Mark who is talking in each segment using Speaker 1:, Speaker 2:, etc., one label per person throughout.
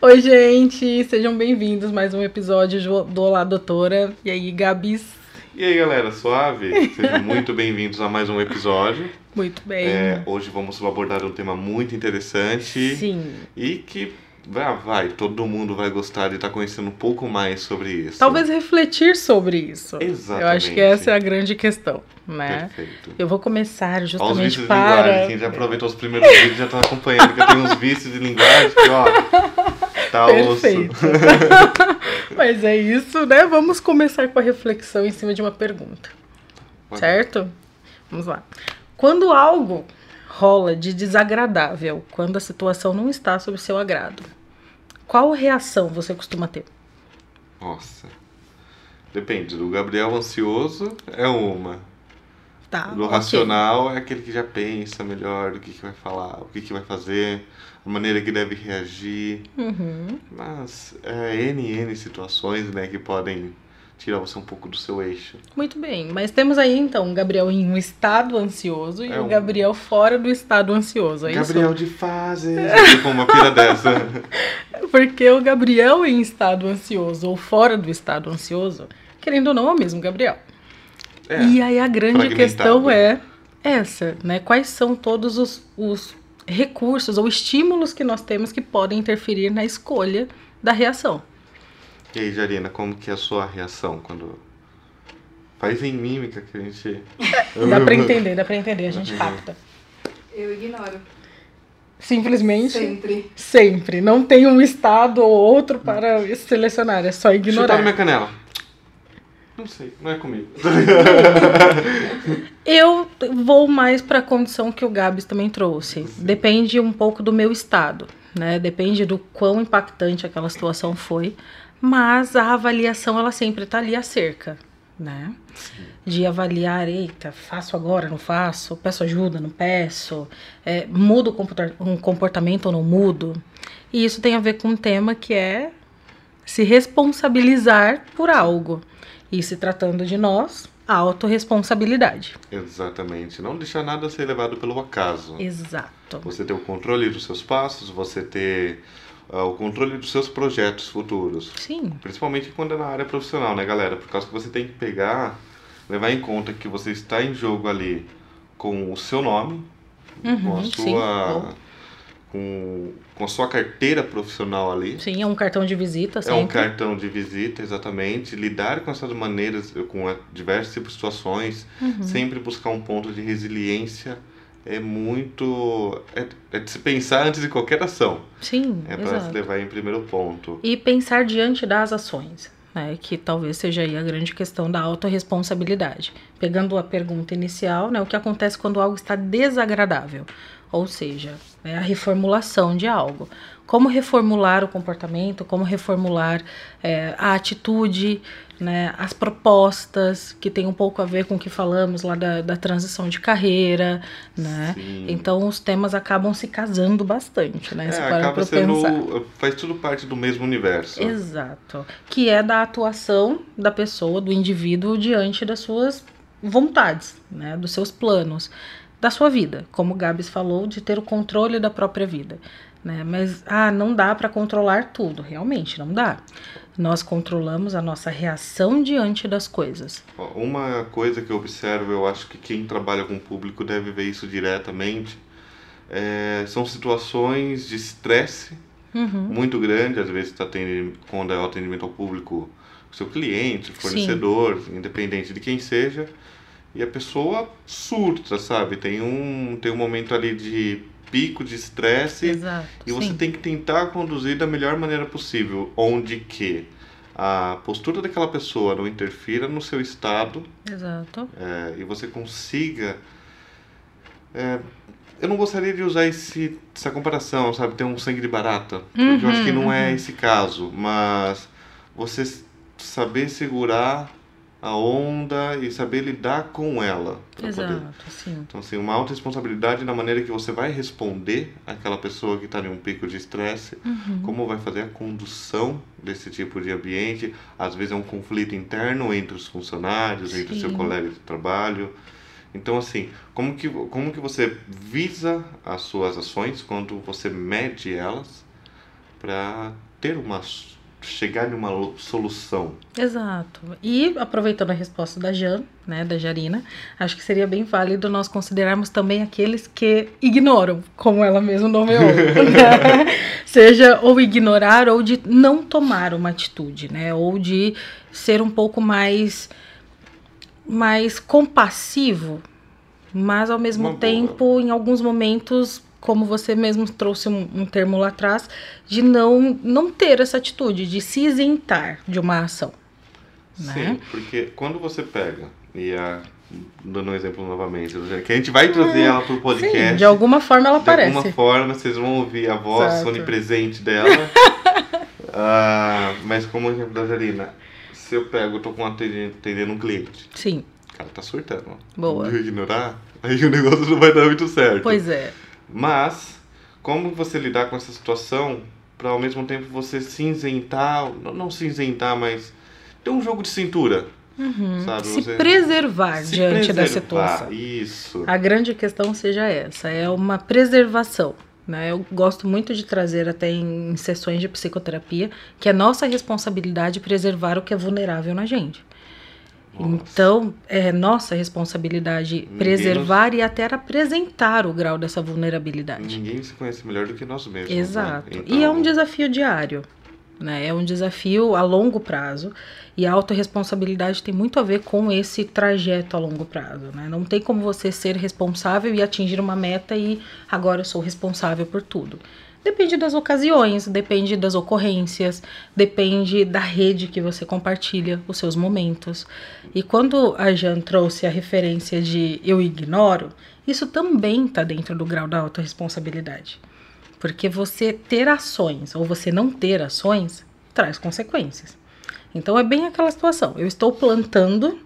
Speaker 1: Oi, gente, sejam bem-vindos mais um episódio do Olá Doutora. E aí, Gabs?
Speaker 2: E aí, galera, suave? Sejam muito bem-vindos a mais um episódio.
Speaker 1: Muito bem.
Speaker 2: É, hoje vamos abordar um tema muito interessante
Speaker 1: Sim.
Speaker 2: e que vai, vai, todo mundo vai gostar de estar conhecendo um pouco mais sobre isso.
Speaker 1: Talvez refletir sobre isso.
Speaker 2: Exatamente.
Speaker 1: Eu acho que essa é a grande questão, né?
Speaker 2: Perfeito.
Speaker 1: Eu vou começar
Speaker 2: Olha os
Speaker 1: justamente
Speaker 2: vícios de linguagem,
Speaker 1: para.
Speaker 2: quem já aproveitou os primeiros vídeos já tá acompanhando, que eu tenho uns vícios de linguagem que, ó, tá
Speaker 1: Perfeito.
Speaker 2: osso.
Speaker 1: Mas é isso, né? Vamos começar com a reflexão em cima de uma pergunta. Certo? Vamos lá. Quando algo rola de desagradável, quando a situação não está sob seu agrado, qual reação você costuma ter?
Speaker 2: Nossa. Depende, do Gabriel ansioso é uma.
Speaker 1: Tá.
Speaker 2: Do
Speaker 1: ok.
Speaker 2: racional é aquele que já pensa melhor do que, que vai falar, o que, que vai fazer, a maneira que deve reagir.
Speaker 1: Uhum.
Speaker 2: Mas é N e N situações, né, que podem tirar você um pouco do seu eixo.
Speaker 1: Muito bem. Mas temos aí então o Gabriel em um estado ansioso e
Speaker 2: É
Speaker 1: o
Speaker 2: um-
Speaker 1: Gabriel fora do estado ansioso. É
Speaker 2: Gabriel de fases, tipo uma pira dessa.
Speaker 1: isso? Porque o Gabriel em estado ansioso ou fora do estado ansioso, querendo ou não, é o mesmo Gabriel.
Speaker 2: É,
Speaker 1: E aí a grande
Speaker 2: fragmentado.
Speaker 1: questão é essa, né? Quais são todos os, os recursos ou estímulos que nós temos que podem interferir na escolha da reação?
Speaker 2: E aí, Jarina, como que é a sua reação quando... Faz em mímica que a gente...
Speaker 1: Dá pra entender, dá pra entender, a gente capta.
Speaker 3: Eu ignoro.
Speaker 1: Simplesmente
Speaker 3: Sempre.
Speaker 1: sempre. Não tem um estado ou outro para selecionar, é só
Speaker 2: Chutar na
Speaker 1: ignorar.
Speaker 2: minha canela. Não sei, não é comigo.
Speaker 1: Eu vou mais para a condição que o Gabs também trouxe. Depende um pouco do meu estado, né? Depende do quão impactante aquela situação foi, mas a avaliação ela sempre tá ali acerca, né? De avaliar, eita, faço agora, não faço, peço ajuda, não peço, é, mudo o comporta- um comportamento ou não mudo. E isso tem a ver com um tema que é se responsabilizar por algo. E se tratando de nós, a autorresponsabilidade.
Speaker 2: Exatamente, não deixar nada ser levado pelo acaso.
Speaker 1: Exato.
Speaker 2: Você ter o controle dos seus passos, você ter ah, o controle dos seus projetos futuros.
Speaker 1: Sim,
Speaker 2: Principalmente quando é na área profissional, né, galera? Por causa que você tem que pegar, levar em conta que você está em jogo ali com o seu nome, com a
Speaker 1: Uhum, sim,
Speaker 2: sua.
Speaker 1: bom.
Speaker 2: Com, com a sua carteira profissional ali.
Speaker 1: sim, é um cartão de visita
Speaker 2: É um
Speaker 1: sempre.
Speaker 2: cartão de visita, exatamente. Lidar com essas maneiras, com eh, a- diversas situações,
Speaker 1: Uhum.
Speaker 2: sempre buscar um ponto de resiliência é muito. É, é de se pensar antes de qualquer ação.
Speaker 1: Sim,
Speaker 2: É para se
Speaker 1: exato.
Speaker 2: levar em primeiro ponto.
Speaker 1: E pensar diante das ações, né? Que talvez seja aí a grande questão da autorresponsabilidade. Pegando a pergunta inicial, né? O que acontece quando algo está desagradável? Ou seja, né, a reformulação de algo. Como reformular o comportamento, como reformular eh, a atitude, né, as propostas, que tem um pouco a ver com o que falamos lá da, da transição de carreira, né?
Speaker 2: Sim.
Speaker 1: Então os temas acabam se casando bastante, né?
Speaker 2: É,
Speaker 1: se parar
Speaker 2: acaba
Speaker 1: pra
Speaker 2: sendo.
Speaker 1: pensar.
Speaker 2: Faz tudo parte do mesmo universo.
Speaker 1: Exato. Que é da atuação da pessoa, do indivíduo, diante das suas vontades, né? Dos seus planos, da sua vida. Como o Gabs falou, de ter o controle da própria vida. Né? Mas, ah, não dá para controlar tudo. Realmente, não dá. Nós controlamos a nossa reação diante das coisas.
Speaker 2: Ó, Uma coisa que eu observo, eu acho que quem trabalha com público deve ver isso diretamente. é, são situações de estresse
Speaker 1: Uhum.
Speaker 2: muito grande, às vezes está atendendo, quando é o atendimento ao público, seu cliente,
Speaker 1: Sim.
Speaker 2: fornecedor, independente de quem seja, e a pessoa surta, sabe? Tem um, tem um momento ali de pico de estresse
Speaker 1: Exato.
Speaker 2: e você
Speaker 1: sim.
Speaker 2: tem que tentar conduzir da melhor maneira possível, onde que a postura daquela pessoa não interfira no seu estado
Speaker 1: Exato.
Speaker 2: é, e você consiga. é, eu não gostaria de usar esse, essa comparação, sabe? Ter um sangue de barata. Porque eu acho que
Speaker 1: Uhum,
Speaker 2: não é
Speaker 1: uhum.
Speaker 2: esse caso. Mas você s- saber segurar a onda e saber lidar com ela. pra poder-
Speaker 1: Exato, sim.
Speaker 2: Então, assim, uma alta responsabilidade na maneira que você vai responder àquela pessoa que está em um pico de estresse
Speaker 1: Uhum.
Speaker 2: como vai fazer a condução desse tipo de ambiente. Às vezes é um conflito interno entre os funcionários, entre o seu
Speaker 1: Sim.
Speaker 2: colega de trabalho. Então, assim, como que, como que você visa as suas ações quando você mede elas para ter uma chegar em uma solução.
Speaker 1: Exato. E aproveitando a resposta da Jan, né, da Jarina, acho que seria bem válido nós considerarmos também aqueles que ignoram, como ela mesma nomeou, né? seja ou ignorar ou de não tomar uma atitude, né, ou de ser um pouco mais mais compassivo, mas ao mesmo
Speaker 2: Uma
Speaker 1: tempo, em alguns momentos, como você mesmo trouxe um, um termo lá atrás, de não não ter essa atitude, de se isentar de uma ação. né?
Speaker 2: Sim, porque quando você pega e a dando um exemplo novamente, que a gente vai trazer ela pro podcast.
Speaker 1: É. Sim, de alguma forma ela
Speaker 2: De
Speaker 1: aparece.
Speaker 2: alguma forma, vocês vão ouvir a voz
Speaker 1: Exato. onipresente
Speaker 2: onipresente dela. Ah, mas como exemplo da Jarina, se eu pego, eu tô com uma atendendo atendendo um cliente.
Speaker 1: Sim,
Speaker 2: O cara tá surtando. ó.
Speaker 1: Boa.
Speaker 2: Se eu ignorar, aí o negócio não vai dar muito certo.
Speaker 1: pois é.
Speaker 2: Mas, como você lidar com essa situação pra ao mesmo tempo você se isentar, não, não se isentar, mas ter um jogo de cintura,
Speaker 1: Uhum.
Speaker 2: sabe?
Speaker 1: Se
Speaker 2: Você
Speaker 1: preservar
Speaker 2: se
Speaker 1: diante da
Speaker 2: preservar.
Speaker 1: situação.
Speaker 2: Isso.
Speaker 1: A grande questão seja essa, é uma preservação. Né? Eu gosto muito de trazer até em sessões de psicoterapia que é nossa responsabilidade preservar o que é vulnerável na gente. Então, é nossa responsabilidade
Speaker 2: Ninguém
Speaker 1: preservar e até apresentar o grau dessa vulnerabilidade.
Speaker 2: Ninguém se conhece melhor do que nós mesmos. né?
Speaker 1: Então, Exato. E
Speaker 2: Então,
Speaker 1: é um desafio diário. Né? É um desafio a longo prazo. E a autorresponsabilidade tem muito a ver com esse trajeto a longo prazo. Né? Não tem como você ser responsável e atingir uma meta e agora eu sou responsável por tudo. Depende das ocasiões, depende das ocorrências, depende da rede que você compartilha os seus momentos. E quando a Jan trouxe a referência de eu ignoro, isso também está dentro do grau da autorresponsabilidade. Porque você ter ações ou você não ter ações traz consequências. Então é bem aquela situação. Eu estou plantando,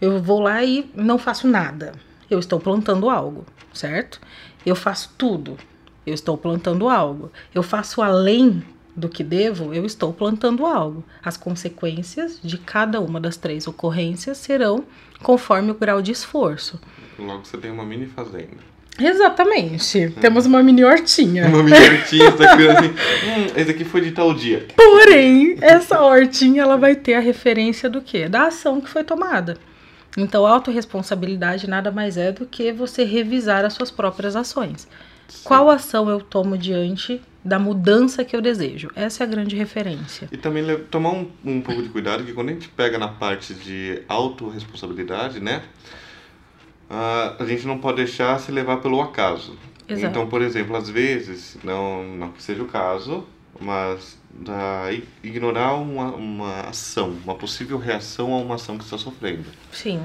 Speaker 1: eu vou lá e não faço nada. Eu estou plantando algo, certo? Eu faço tudo. Eu estou plantando algo. Eu faço além do que devo, eu estou plantando algo. As consequências de cada uma das três ocorrências serão conforme o grau de esforço.
Speaker 2: Logo você tem uma mini fazenda.
Speaker 1: Exatamente. Temos uma mini hortinha.
Speaker 2: Uma mini artista que assim, hum, esse aqui foi de tal dia.
Speaker 1: Porém, essa hortinha ela vai ter a referência do quê? Da ação que foi tomada. Então, a autorresponsabilidade nada mais é do que você revisar as suas próprias ações. Qual ação eu tomo diante da mudança que eu desejo? Essa é a grande referência.
Speaker 2: E também le- tomar um, um pouco de cuidado, que quando a gente pega na parte de autorresponsabilidade, né? ah, a gente não pode deixar se levar pelo acaso.
Speaker 1: Exato.
Speaker 2: Então, por exemplo, às vezes, não, não que seja o caso, mas da, i- ignorar uma, uma ação, uma possível reação a uma ação que está sofrendo.
Speaker 1: Sim,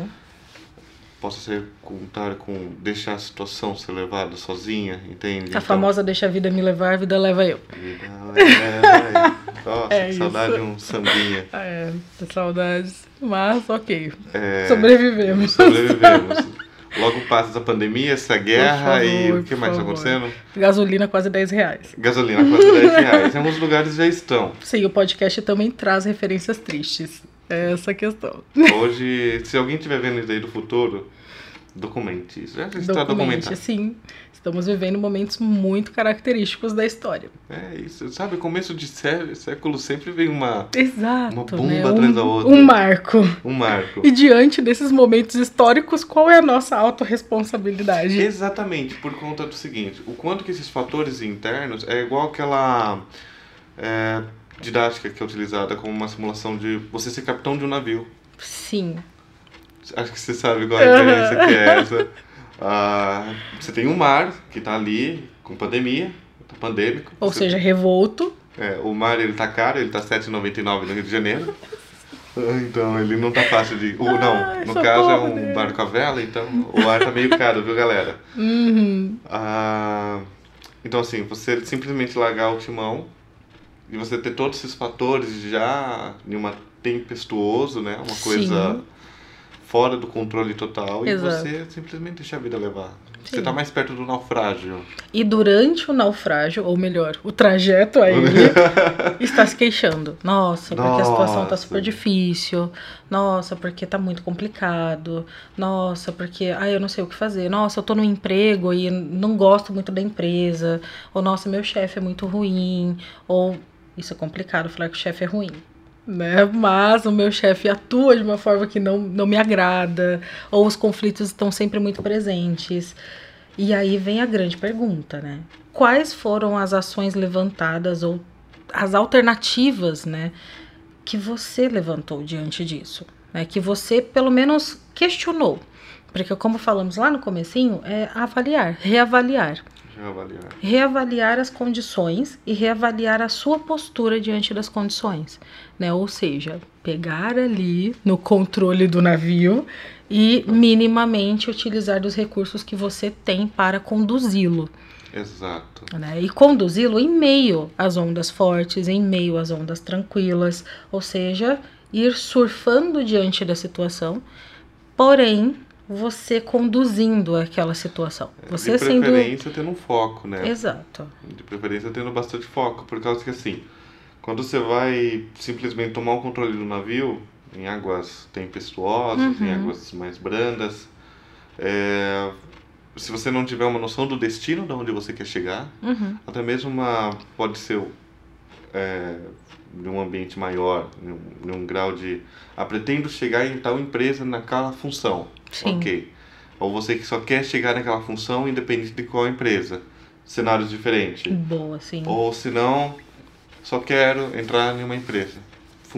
Speaker 2: Possa ser contar com deixar a situação ser levada sozinha, entende? Então,
Speaker 1: a famosa deixa a vida me levar, a vida leva eu.
Speaker 2: Vida leva- Nossa,
Speaker 1: É
Speaker 2: que
Speaker 1: isso.
Speaker 2: saudade de um sambinha.
Speaker 1: É, saudades. Mas, ok,
Speaker 2: É,
Speaker 1: sobrevivemos.
Speaker 2: sobrevivemos. Logo passa essa pandemia, essa guerra e
Speaker 1: favor,
Speaker 2: o que
Speaker 1: por
Speaker 2: mais está
Speaker 1: favor.
Speaker 2: acontecendo?
Speaker 1: Gasolina quase 10 reais.
Speaker 2: Gasolina, quase 10 reais. Em alguns lugares já estão.
Speaker 1: Sim, o podcast também traz referências tristes. É essa a questão.
Speaker 2: Hoje, se alguém estiver vendo isso aí do futuro, documente isso. Já está
Speaker 1: Documente,
Speaker 2: documentado.
Speaker 1: sim. Estamos vivendo momentos muito característicos da história.
Speaker 2: É isso. Sabe, começo de sé- século sempre vem uma,
Speaker 1: Exato.
Speaker 2: Uma
Speaker 1: né?
Speaker 2: bomba atrás
Speaker 1: um,
Speaker 2: da outra.
Speaker 1: Um marco.
Speaker 2: um marco.
Speaker 1: E diante desses momentos históricos, qual é a nossa autorresponsabilidade?
Speaker 2: Exatamente, por conta do seguinte, o quanto que esses fatores internos é igual aquela é, didática que é utilizada como uma simulação de você ser capitão de um navio.
Speaker 1: Sim.
Speaker 2: Acho que você sabe qual a diferença que é essa. Ah, você tem um mar que tá ali com pandemia, tá pandêmico.
Speaker 1: Ou
Speaker 2: Você-
Speaker 1: seja, revolto.
Speaker 2: é, o mar ele tá caro, ele tá 7,99 no Rio de Janeiro. Então ele não tá fácil de. Ou não,
Speaker 1: Ai,
Speaker 2: no caso é
Speaker 1: socorro, né?
Speaker 2: um
Speaker 1: Deus.
Speaker 2: barco à vela, então o ar tá meio caro, viu galera?
Speaker 1: Uhum.
Speaker 2: Ah, então, assim, você simplesmente largar o timão e você ter todos esses fatores já em uma tempestuoso, né? Uma
Speaker 1: Sim.
Speaker 2: coisa fora do controle total
Speaker 1: Exato.
Speaker 2: e você simplesmente deixa a vida levar. Você
Speaker 1: Sim.
Speaker 2: tá mais perto do naufrágio.
Speaker 1: E durante o naufrágio, ou melhor, o trajeto a ele, está se queixando. Nossa, porque a situação tá
Speaker 2: Nossa.
Speaker 1: super difícil. Nossa, porque tá muito complicado. Nossa, porque ah, eu não sei o que fazer. Nossa, eu tô no emprego e não gosto muito da empresa. Ou nossa, meu chefe é muito ruim. Ou Isso é complicado, falar que o chefe é ruim. Né? Mas o meu chefe atua de uma forma que não, não me agrada, ou os conflitos estão sempre muito presentes. E aí vem a grande pergunta, né? Quais foram as ações levantadas ou as alternativas, né, que você levantou diante disso, né? Que você pelo menos questionou. Porque como falamos lá no comecinho, é avaliar, reavaliar
Speaker 2: Reavaliar.
Speaker 1: reavaliar as condições e reavaliar a sua postura diante das condições, né? Ou seja, pegar ali no controle do navio e minimamente utilizar dos recursos que você tem para conduzi-lo,
Speaker 2: Exato.
Speaker 1: né? E conduzi-lo em meio às ondas fortes, em meio às ondas tranquilas, ou seja, ir surfando diante da situação, porém você conduzindo aquela situação. Você
Speaker 2: de
Speaker 1: sendo
Speaker 2: preferência tendo um foco, É, né?
Speaker 1: Exato.
Speaker 2: De preferência tendo bastante foco, por causa que assim, quando você vai simplesmente tomar o controle do navio, em águas tempestuosas, em
Speaker 1: Uhum.
Speaker 2: águas mais brandas, é, se você não tiver uma noção do destino de onde você quer chegar,
Speaker 1: Uhum.
Speaker 2: até mesmo uma, pode ser é, de um ambiente maior, de um, de um grau de. Ah, pretendo chegar em tal empresa naquela função.
Speaker 1: Sim.
Speaker 2: Ok. Ou você que só quer chegar naquela função, independente de qual empresa. Cenários diferentes.
Speaker 1: Boa, sim.
Speaker 2: Ou se não, só quero entrar em uma empresa.
Speaker 1: Uhum.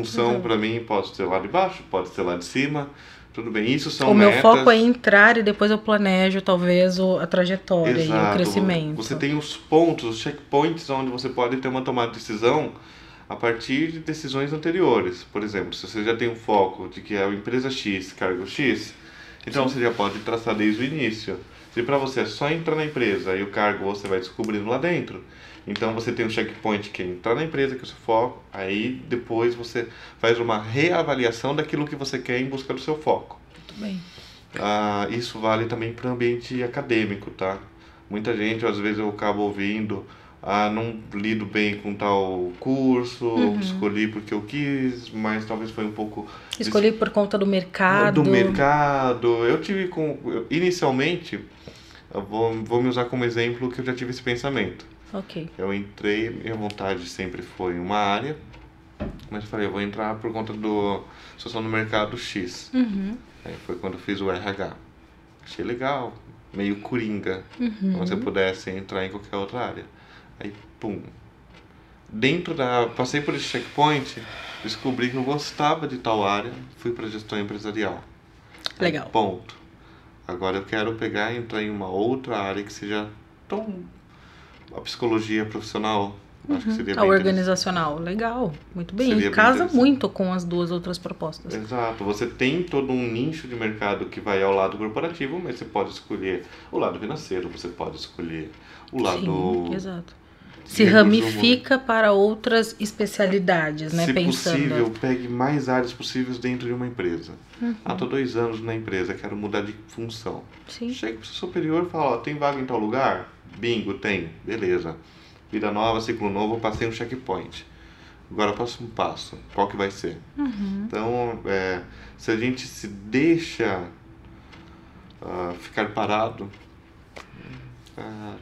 Speaker 2: Função pra mim pode ser lá de baixo, pode ser lá de cima. Tudo bem, isso são
Speaker 1: o meu
Speaker 2: metas.
Speaker 1: foco é entrar e depois eu planejo talvez o- a trajetória e o crescimento.
Speaker 2: Você tem os pontos, os checkpoints onde você pode ter uma tomada de decisão a partir de decisões anteriores. Por exemplo, se você já tem um foco de que é a empresa X, cargo X, então você já pode traçar desde o início. Se para você é só entrar na empresa e o cargo você vai descobrindo lá dentro, então você tem um checkpoint que é entrar na empresa, que é o seu foco, aí depois você faz uma reavaliação daquilo que você quer em busca do seu foco.
Speaker 1: Muito bem.
Speaker 2: Ah, isso vale também para o ambiente acadêmico, tá? Muita gente, às vezes eu acabo ouvindo, ah, não lido bem com tal curso, escolhi porque eu quis, mas talvez foi um pouco
Speaker 1: Escolhi por conta do mercado.
Speaker 2: do mercado. Eu tive com. eu- Inicialmente, eu vou, vou me usar como exemplo que eu já tive esse pensamento.
Speaker 1: Ok.
Speaker 2: Eu entrei, minha vontade sempre foi uma área, mas eu falei, eu vou entrar por conta do. situação no mercado X.
Speaker 1: Uhum.
Speaker 2: Aí foi quando eu fiz o RH. Achei legal, meio coringa,
Speaker 1: Uhum.
Speaker 2: como se eu pudesse entrar em qualquer outra área. Aí, pum. Dentro da. Passei por esse checkpoint, descobri que eu gostava de tal área, fui para gestão empresarial. Aí,
Speaker 1: Legal.
Speaker 2: ponto. Agora eu quero pegar e entrar em uma outra área que seja tão. a psicologia profissional. Acho
Speaker 1: Uhum.
Speaker 2: que seria
Speaker 1: A
Speaker 2: bem interessante.
Speaker 1: Ah, organizacional. Legal. Muito bem.
Speaker 2: Seria
Speaker 1: E
Speaker 2: bem
Speaker 1: casa
Speaker 2: interessante. É,
Speaker 1: muito com as duas outras propostas.
Speaker 2: Exato, você tem todo um nicho de mercado que vai ao lado corporativo, mas você pode escolher o lado financeiro, você pode escolher o lado. né?
Speaker 1: Sim, exato. Se
Speaker 2: recursos
Speaker 1: ramifica para outras especialidades, né?
Speaker 2: humanos. Se
Speaker 1: Pensando.
Speaker 2: possível, pegue mais áreas possíveis dentro de uma empresa.
Speaker 1: Uhum.
Speaker 2: Ah, tô dois anos na empresa, quero mudar de função.
Speaker 1: Sim.
Speaker 2: Chega pro seu superior e fala, ó, tem vaga em tal lugar? Bingo, tem. Beleza. Vida nova, ciclo novo, passei um checkpoint. Agora passo um passo. Qual que vai ser?
Speaker 1: Uhum.
Speaker 2: Então, é, se a gente se deixa ah, ficar parado, ah,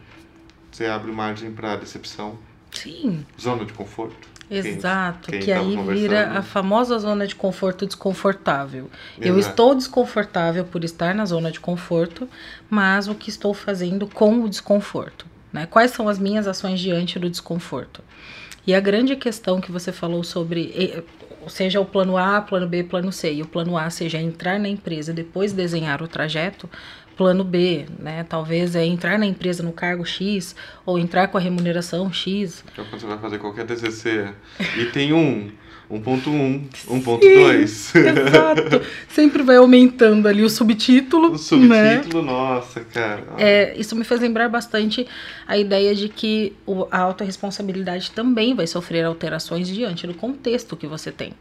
Speaker 2: você abre margem para decepção,
Speaker 1: Sim.
Speaker 2: zona de conforto.
Speaker 1: Exato,
Speaker 2: quem
Speaker 1: que
Speaker 2: tava
Speaker 1: aí
Speaker 2: conversando.
Speaker 1: vira a famosa zona de conforto desconfortável. Eu
Speaker 2: Exato.
Speaker 1: estou desconfortável por estar na zona de conforto, mas o que estou fazendo com o desconforto? Né? Quais são as minhas ações diante do desconforto? E a grande questão que você falou sobre, eh, seja o plano A, plano B, plano C, e o plano A seja entrar na empresa e depois desenhar o trajeto, plano B, né? Talvez é entrar na empresa no cargo X ou entrar com a remuneração X,
Speaker 2: Então, quando você vai fazer qualquer TCC, item 1, 1.1, 1.2.
Speaker 1: Exato. Sempre vai aumentando ali o subtítulo.
Speaker 2: O
Speaker 1: Né?
Speaker 2: subtítulo, nossa, cara.
Speaker 1: É, isso me fez lembrar bastante a ideia de que o- a autorresponsabilidade também vai sofrer alterações diante do contexto que você tem.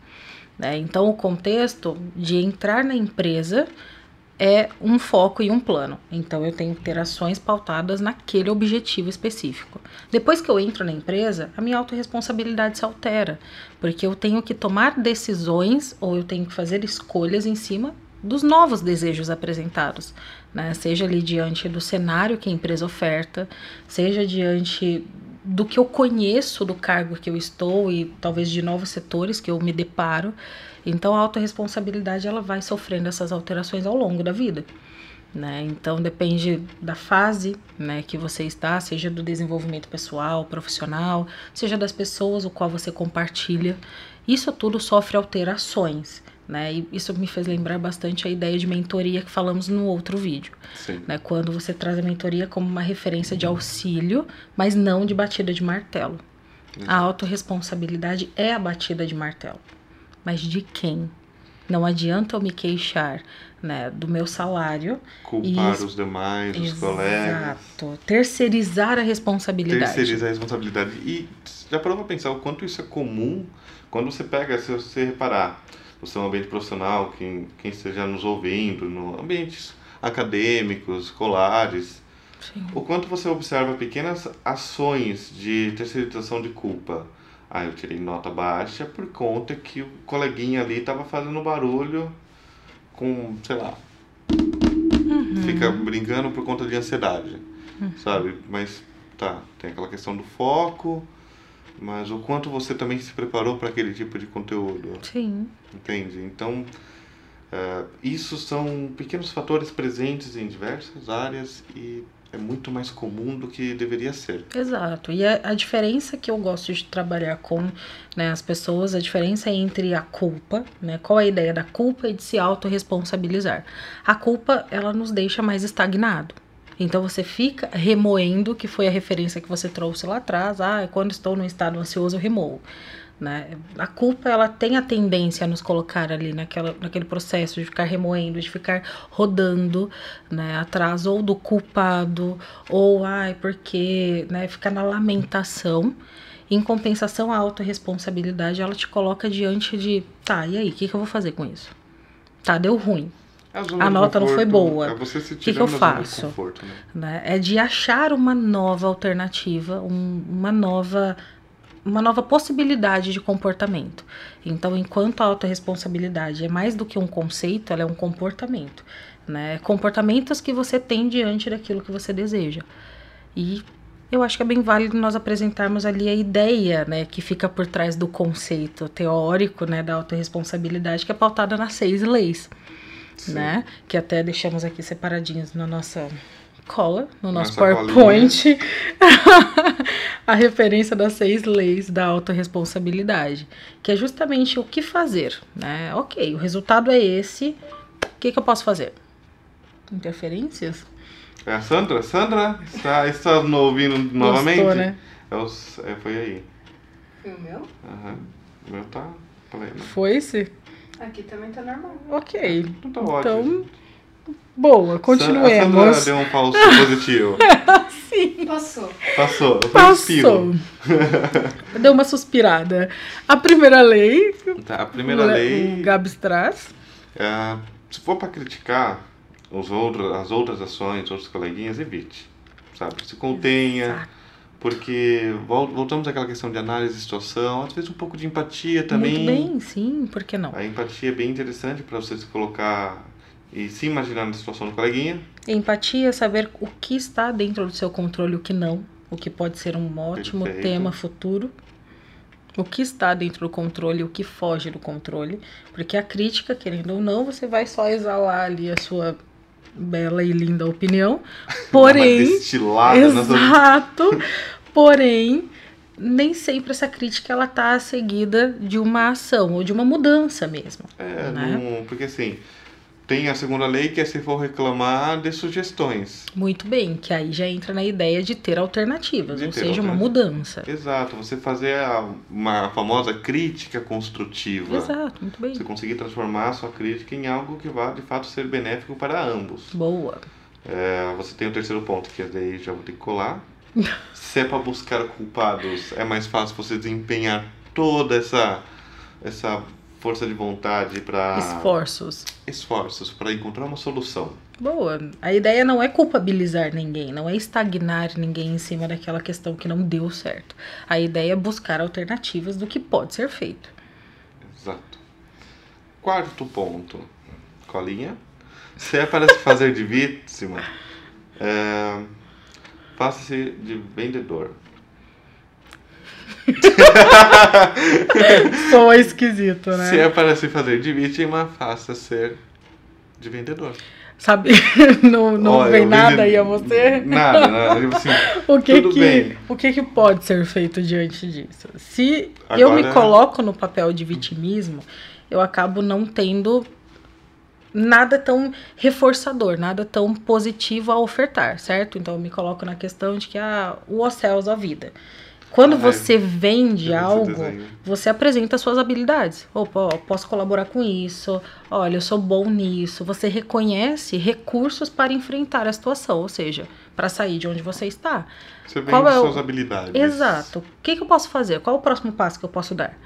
Speaker 1: né? Então, o contexto de entrar na empresa é um foco e um plano. Então, eu tenho que ter ações pautadas naquele objetivo específico. Depois que eu entro na empresa, a minha autorresponsabilidade se altera, porque eu tenho que tomar decisões ou eu tenho que fazer escolhas em cima dos novos desejos apresentados, né? seja ali diante do cenário que a empresa oferta, seja diante do que eu conheço do cargo que eu estou e talvez de novos setores que eu me deparo. Então a autorresponsabilidade ela vai sofrendo essas alterações ao longo da vida. Né? Então depende da fase né, que você está, seja do desenvolvimento pessoal, profissional, seja das pessoas o qual você compartilha. Isso tudo sofre alterações. Né? E isso me fez lembrar bastante a ideia de mentoria que falamos no outro vídeo.
Speaker 2: Sim.
Speaker 1: Né? Quando você traz a mentoria como uma referência de auxílio, mas não de batida de martelo. A autorresponsabilidade é a batida de martelo. Mas de quem? Não adianta eu me queixar né, do meu salário.
Speaker 2: Culpar
Speaker 1: Isso.
Speaker 2: os demais, os colegas.
Speaker 1: Exato. Terceirizar a responsabilidade.
Speaker 2: Terceirizar a responsabilidade. E já parou pra pensar o quanto isso é comum quando você pega, se você reparar, no seu ambiente profissional, quem, quem esteja nos ouvindo, no ambientes acadêmicos, escolares,
Speaker 1: Sim.
Speaker 2: o quanto você observa pequenas ações de terceirização de culpa. Ah, eu tirei nota baixa por conta que o coleguinha ali estava fazendo barulho com, sei lá,
Speaker 1: Uhum.
Speaker 2: fica brincando por conta de ansiedade, sabe? Mas tá, tem aquela questão do foco, mas o quanto você também se preparou para aquele tipo de conteúdo,
Speaker 1: Sim.
Speaker 2: entende? Então, eh, isso são pequenos fatores presentes em diversas áreas e é muito mais comum do que deveria ser.
Speaker 1: Exato. E a, a diferença que eu gosto de trabalhar com né, as pessoas, a diferença é entre a culpa, né? Qual é a ideia da culpa e de se autorresponsabilizar. A culpa, ela nos deixa mais estagnado. Então você fica remoendo, que foi a referência que você trouxe lá atrás. Ah, quando estou num estado ansioso, eu remoo. Né? A culpa ela tem a tendência a nos colocar ali naquela, naquele processo de ficar remoendo, de ficar rodando né, atrás ou do culpado, ou ai, porque né, ficar na lamentação. Em compensação, a autorresponsabilidade ela te coloca diante de tá, e aí, o que, que eu vou fazer com isso? Tá, deu ruim.
Speaker 2: A, zona
Speaker 1: A
Speaker 2: do
Speaker 1: nota não foi
Speaker 2: conforto
Speaker 1: boa.
Speaker 2: É você se
Speaker 1: Que que eu
Speaker 2: tirando da zona do
Speaker 1: faço?
Speaker 2: conforto, né?
Speaker 1: né? É de achar uma nova alternativa, um- uma nova uma nova possibilidade de comportamento. Então, enquanto a autorresponsabilidade é mais do que um conceito, ela é um comportamento, né? Comportamentos que você tem diante daquilo que você deseja. E eu acho que é bem válido nós apresentarmos ali a ideia, né, que fica por trás do conceito teórico, né, da autorresponsabilidade, que é pautada nas seis leis
Speaker 2: Sim.
Speaker 1: né? Que até deixamos aqui separadinhos na nossa cola, no nosso
Speaker 2: Nossa
Speaker 1: PowerPoint, a referência das seis leis da autorresponsabilidade, que é justamente o que fazer, né? Ok, o resultado é esse, o que, que eu posso fazer? Interferências?
Speaker 2: É a Sandra? Sandra, está, está nos ouvindo novamente?
Speaker 1: Gostou, né?
Speaker 2: É os- é, foi aí.
Speaker 3: Foi o meu?
Speaker 2: Aham. O meu tá pleno.
Speaker 1: Foi-se?
Speaker 3: Aqui também tá normal.
Speaker 1: Ok.
Speaker 2: Não tá ótimo.
Speaker 1: Então, boa,
Speaker 2: A Sandra
Speaker 1: continuemos.
Speaker 2: deu um falso positivo.
Speaker 3: Passou.
Speaker 2: Passou. Foi um
Speaker 1: Passou.
Speaker 2: suspiro.
Speaker 1: Deu uma suspirada. A primeira lei,
Speaker 2: Tá, a primeira
Speaker 1: o-
Speaker 2: lei.
Speaker 1: o Gabs traz.
Speaker 2: é, se for pra criticar os outros, as outras ações, outros coleguinhas, evite. Sabe? Se contenha. Porque vol- voltamos àquela questão de análise de situação, às vezes um pouco de empatia também.
Speaker 1: Muito bem, sim, por que não?
Speaker 2: A empatia é bem interessante para você se colocar e se imaginar na situação do coleguinha.
Speaker 1: Empatia é saber o que está dentro do seu controle, o que não, o que pode ser um ótimo
Speaker 2: Perfeito.
Speaker 1: tema futuro. O que está dentro do controle, o que foge do controle, porque a crítica, querendo ou não, você vai só exalar ali a sua bela e linda opinião.
Speaker 2: Dar uma
Speaker 1: Porém,
Speaker 2: destilada na sua-
Speaker 1: Exato. Porém, nem sempre essa crítica ela tá seguida de uma ação ou de uma mudança mesmo.
Speaker 2: É,
Speaker 1: né?
Speaker 2: não- porque assim, tem a segunda lei que é se for reclamar de sugestões.
Speaker 1: Muito bem, que aí já entra na ideia de ter alternativas,
Speaker 2: De
Speaker 1: ou
Speaker 2: ter
Speaker 1: seja, uma mudança.
Speaker 2: Exato, você fazer a, uma famosa crítica construtiva.
Speaker 1: Exato, muito bem.
Speaker 2: Você conseguir transformar a sua crítica em algo que vá de fato ser benéfico para ambos.
Speaker 1: Boa.
Speaker 2: É, você tem o terceiro ponto, que é daí já vou ter que colar. Se é para buscar culpados, é mais fácil você desempenhar toda essa, essa força de vontade para
Speaker 1: Esforços.
Speaker 2: esforços para encontrar uma solução.
Speaker 1: Boa. A ideia não é culpabilizar ninguém, não é estagnar ninguém em cima daquela questão que não deu certo. A ideia é buscar alternativas do que pode ser feito.
Speaker 2: Exato. Quarto ponto. Colinha. Se é para se fazer de vítima, é, faça-se de vendedor.
Speaker 1: Sou esquisito, né?
Speaker 2: Se é para se fazer de vítima, faça ser de vendedor.
Speaker 1: Sabe? Não, não
Speaker 2: Olha,
Speaker 1: vem
Speaker 2: o
Speaker 1: nada
Speaker 2: vende-
Speaker 1: aí a você?
Speaker 2: Nada, nada. Tipo assim,
Speaker 1: O que
Speaker 2: Tudo
Speaker 1: que,
Speaker 2: bem.
Speaker 1: o que que pode ser feito diante disso? Se eu me
Speaker 2: Agora-
Speaker 1: coloco no papel de vitimismo, eu acabo não tendo nada tão reforçador, nada tão positivo a ofertar, certo? Então eu me coloco na questão de que ah, o océus a vida. Quando
Speaker 2: Ai,
Speaker 1: você vende
Speaker 2: eu vi esse
Speaker 1: algo,
Speaker 2: desenho.
Speaker 1: você apresenta suas habilidades. Opa, ó, posso colaborar com isso. Olha, eu sou bom nisso. Você reconhece recursos para enfrentar a situação, ou seja, para sair de onde você está.
Speaker 2: Você vende
Speaker 1: Qual é o-
Speaker 2: suas habilidades.
Speaker 1: Exato. O que, que eu posso fazer? Qual o próximo passo que eu posso dar?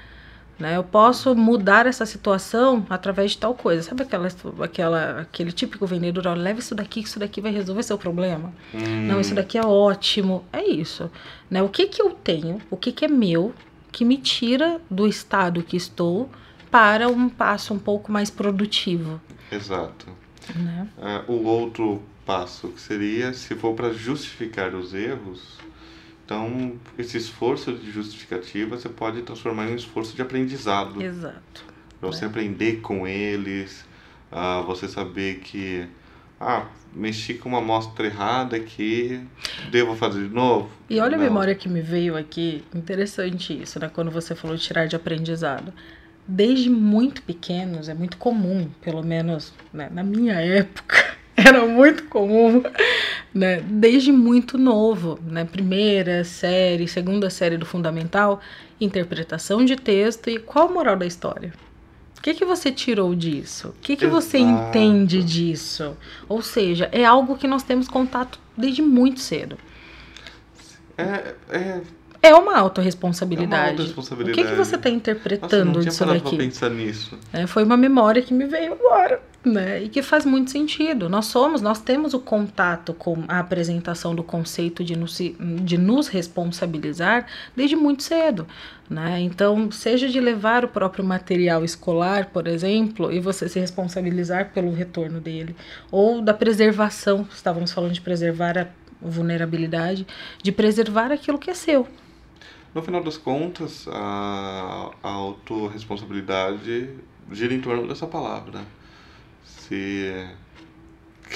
Speaker 1: Né, eu posso mudar essa situação através de tal coisa. Sabe aquela, aquela, aquele típico vendedor? Ó, leva isso daqui, que isso daqui vai resolver seu problema.
Speaker 2: Hum,
Speaker 1: Não, isso daqui é ótimo. É isso. Né? O que que eu tenho, o que que é meu, que me tira do estado que estou para um passo um pouco mais produtivo.
Speaker 2: Exato.
Speaker 1: Né?
Speaker 2: Ah, o outro passo que seria, se for para justificar os erros, então esse esforço de justificativa você pode transformar em um esforço de aprendizado.
Speaker 1: Exato.
Speaker 2: Pra você
Speaker 1: né?
Speaker 2: aprender com eles, ah, você saber que, ah, mexi com uma amostra errada aqui, devo fazer de novo?
Speaker 1: E olha
Speaker 2: Não.
Speaker 1: a memória que me veio aqui, interessante isso, né? Quando você falou de tirar de aprendizado. Desde muito pequenos, é muito comum, pelo menos né, na minha época, era muito comum, né? Desde muito novo, né? Primeira série, segunda série do Fundamental, interpretação de texto e qual a moral da história? O que, que você tirou disso? O que, que você
Speaker 2: Exato.
Speaker 1: entende disso? Ou seja, é algo que nós temos contato desde muito cedo.
Speaker 2: É, é,
Speaker 1: É uma
Speaker 2: é uma
Speaker 1: autorresponsabilidade.
Speaker 2: alta
Speaker 1: o
Speaker 2: responsabilidade.
Speaker 1: que, que você está
Speaker 2: Nossa, eu não
Speaker 1: interpretando
Speaker 2: tinha
Speaker 1: disso
Speaker 2: parado pra
Speaker 1: daqui?
Speaker 2: pensar nisso.
Speaker 1: né? foi uma memória que me veio agora, né? E que faz muito sentido. Nós somos, nós temos o contato com a apresentação do conceito de nos, de nos responsabilizar desde muito cedo, né? Então, seja de levar o próprio material escolar, por exemplo, e você se responsabilizar pelo retorno dele, ou da preservação, estávamos falando de preservar a vulnerabilidade, de preservar aquilo que é seu.
Speaker 2: No final das contas, a, a autorresponsabilidade gira em torno dessa palavra. Se,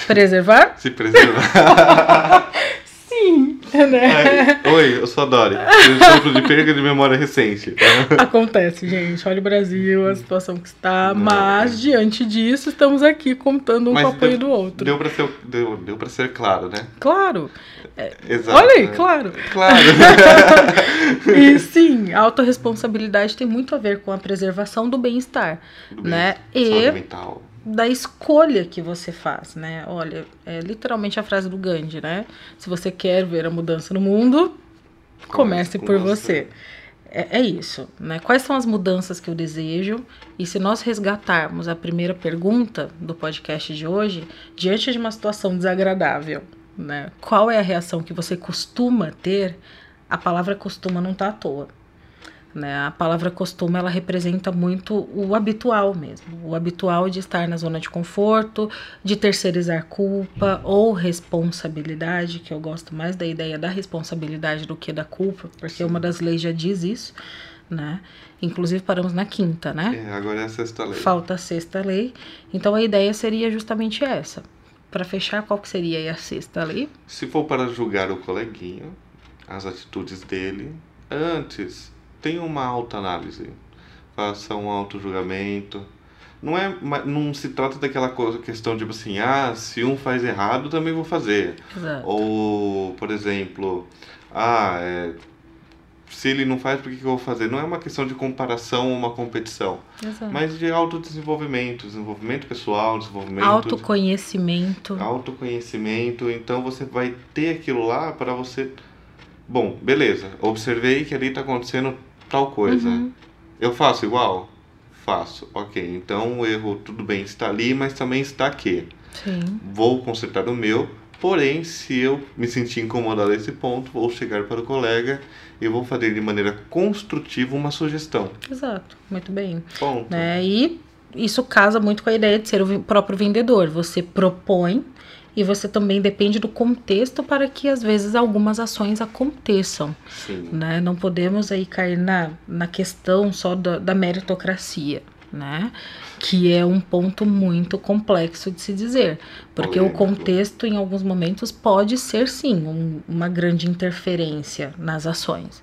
Speaker 1: Preservar
Speaker 2: se preservar.
Speaker 1: Sim, né?
Speaker 2: Ai, Oi, eu sou a Dori. Exemplo de perda de memória recente.
Speaker 1: Acontece, gente. Olha o Brasil, a situação que está.
Speaker 2: Não.
Speaker 1: Mas, diante disso, estamos aqui contando um
Speaker 2: Mas
Speaker 1: com o apoio do
Speaker 2: deu-
Speaker 1: outro.
Speaker 2: Deu pra ser, deu, deu pra ser claro, né?
Speaker 1: Claro.
Speaker 2: Exato.
Speaker 1: Olha aí,
Speaker 2: né?
Speaker 1: claro.
Speaker 2: Claro.
Speaker 1: E sim, a autorresponsabilidade tem muito a ver com a preservação do bem-estar,
Speaker 2: Do bem,
Speaker 1: né?
Speaker 2: Saúde
Speaker 1: E
Speaker 2: mental.
Speaker 1: da escolha que você faz, né? Olha, é literalmente a frase do Gandhi, né? Se você quer ver a mudança no mundo, comece
Speaker 2: com
Speaker 1: por você.
Speaker 2: você.
Speaker 1: É, é isso, né? Quais são as mudanças que eu desejo? E se nós resgatarmos a primeira pergunta do podcast de hoje, diante de uma situação desagradável, né? Qual é a reação que você costuma ter? A palavra costuma não tá à toa. Né? A palavra costuma ela representa muito o habitual mesmo, o habitual de estar na zona de conforto, de terceirizar culpa ou responsabilidade, que eu gosto mais da ideia da responsabilidade do que da culpa, porque
Speaker 2: Sim.
Speaker 1: uma das leis já diz isso, né? Inclusive paramos na quinta, né?
Speaker 2: É, agora é a sexta lei.
Speaker 1: Falta a sexta lei. Então a ideia seria justamente essa. Para fechar, qual que seria aí a sexta lei?
Speaker 2: Se for para julgar o coleguinha, as atitudes dele, antes tenha uma autoanálise, faça um autojulgamento. Não é, ma- não se trata daquela coisa, questão tipo assim, ah, se um faz errado, também vou fazer.
Speaker 1: Exato.
Speaker 2: Ou, por exemplo, ah, é, se ele não faz, por que que eu vou fazer? Não é uma questão de comparação ou uma competição,
Speaker 1: Exato.
Speaker 2: mas de autodesenvolvimento, desenvolvimento pessoal, desenvolvimento de-
Speaker 1: Autoconhecimento.
Speaker 2: autoconhecimento, então você vai ter aquilo lá para você. Bom, beleza, observei que ali tá acontecendo tal coisa.
Speaker 1: Uhum.
Speaker 2: Eu faço igual? Faço. Ok, então o erro, tudo bem, está ali, mas também está aqui.
Speaker 1: Sim.
Speaker 2: Vou consertar o meu, porém, se eu me sentir incomodado a esse ponto, vou chegar para o colega e vou fazer de maneira construtiva uma sugestão.
Speaker 1: Exato. Muito bem.
Speaker 2: Ponto.
Speaker 1: né? E isso casa muito com a ideia de ser o vi- próprio vendedor. Você propõe E você também depende do contexto para que às vezes algumas ações aconteçam.
Speaker 2: Sim.
Speaker 1: Né? Não podemos aí cair na, na questão só da, da meritocracia. Né? Que é um ponto muito complexo de se dizer, porque o
Speaker 2: Polêmico.
Speaker 1: contexto, em alguns momentos, pode ser sim um- uma grande interferência nas ações,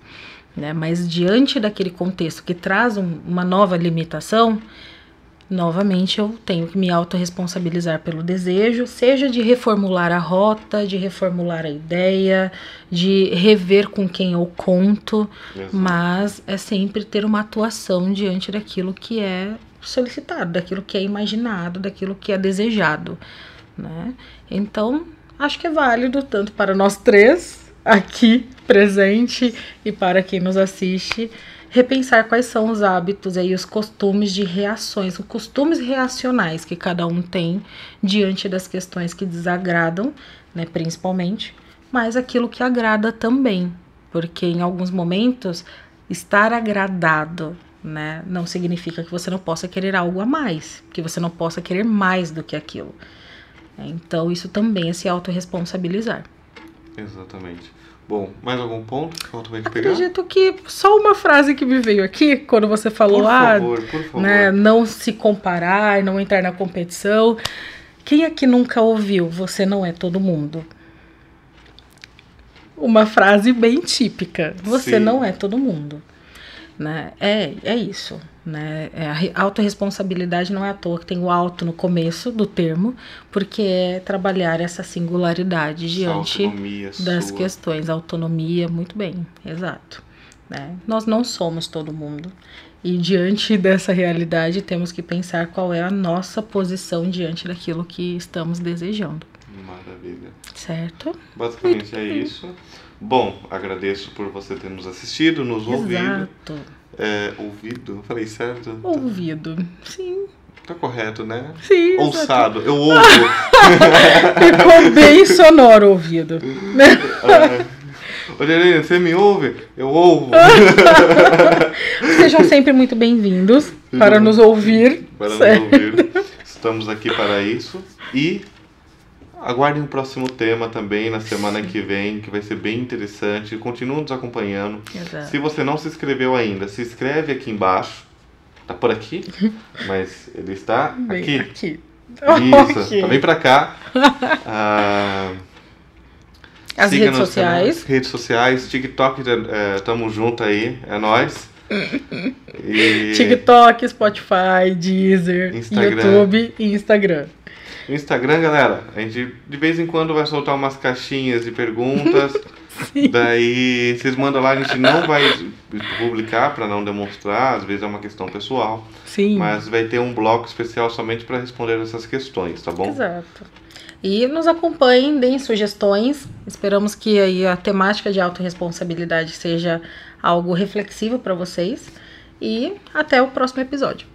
Speaker 1: né? Mas diante daquele contexto que traz um- uma nova limitação, novamente eu tenho que me autorresponsabilizar pelo desejo, seja de reformular a rota, de reformular a ideia, de rever com quem eu conto,
Speaker 2: Exato.
Speaker 1: mas é sempre ter uma atuação diante daquilo que é solicitado, daquilo que é imaginado, daquilo que é desejado, né? Então, acho que é válido tanto para nós três aqui presente e para quem nos assiste repensar quais são os hábitos aí, os costumes de reações, os costumes reacionais que cada um tem diante das questões que desagradam, né, principalmente, mas aquilo que agrada também, porque em alguns momentos estar agradado, né, não significa que você não possa querer algo a mais, que você não possa querer mais do que aquilo. Então isso também é se autorresponsabilizar.
Speaker 2: Exatamente. Bom, mais algum ponto que falta pra gente pegar?
Speaker 1: Acredito que só uma frase que me veio aqui quando você falou,
Speaker 2: Por
Speaker 1: ah,
Speaker 2: favor, por favor.
Speaker 1: né, não se comparar, não entrar na competição. Quem aqui nunca ouviu você não é todo mundo? Uma frase bem típica. Você
Speaker 2: Sim.
Speaker 1: não é todo mundo. Né? É, é isso. Né? É, a re- autorresponsabilidade não é à toa que tem o alto no começo do termo, porque é trabalhar essa singularidade
Speaker 2: Essa
Speaker 1: diante
Speaker 2: autonomia
Speaker 1: das
Speaker 2: sua.
Speaker 1: questões, autonomia, muito bem, exato. né? Nós não somos todo mundo. E diante dessa realidade, temos que pensar qual é a nossa posição diante daquilo que estamos desejando,
Speaker 2: Maravilha.
Speaker 1: certo?
Speaker 2: Basicamente é isso. Bom, agradeço por você ter nos assistido, nos ouvido.
Speaker 1: Exato.
Speaker 2: É, ouvido? Eu Falei certo?
Speaker 1: Ouvido. Sim,
Speaker 2: Tá correto, né?
Speaker 1: sim. exato.
Speaker 2: Ouçado, eu ouvo.
Speaker 1: Ficou bem sonoro o ouvido.
Speaker 2: É, né? Ô, Jerene, você me ouve? Eu ouvo.
Speaker 1: Ah, Sejam sempre muito bem-vindos para
Speaker 2: Uhum.
Speaker 1: nos ouvir.
Speaker 2: para nos
Speaker 1: certo?
Speaker 2: ouvir. Estamos aqui para isso. E aguardem o próximo tema também na semana que vem, que vai ser bem interessante. Continuem nos acompanhando.
Speaker 1: Exato.
Speaker 2: Se você não se inscreveu ainda, se inscreve aqui embaixo. Tá por aqui, mas ele está
Speaker 1: Bem,
Speaker 2: aqui.
Speaker 1: aqui.
Speaker 2: Isso,
Speaker 1: Ok.
Speaker 2: tá, vem pra cá. Ah,
Speaker 1: As
Speaker 2: siga
Speaker 1: redes
Speaker 2: nos canais,
Speaker 1: sociais.
Speaker 2: redes sociais, TikTok, eh, tamo junto aí, é nóis. E
Speaker 1: TikTok, Spotify, Deezer,
Speaker 2: Instagram.
Speaker 1: YouTube e Instagram.
Speaker 2: Instagram, galera, a gente de vez em quando vai soltar umas caixinhas de perguntas. Daí vocês mandam lá, a gente não vai publicar pra não demonstrar, às vezes é uma questão pessoal,
Speaker 1: Sim.
Speaker 2: mas vai ter um bloco especial somente pra responder essas questões, tá bom?
Speaker 1: Exato. E nos acompanhem, deem sugestões. Esperamos que aí a temática de autorresponsabilidade seja algo reflexivo para vocês. E até o próximo episódio.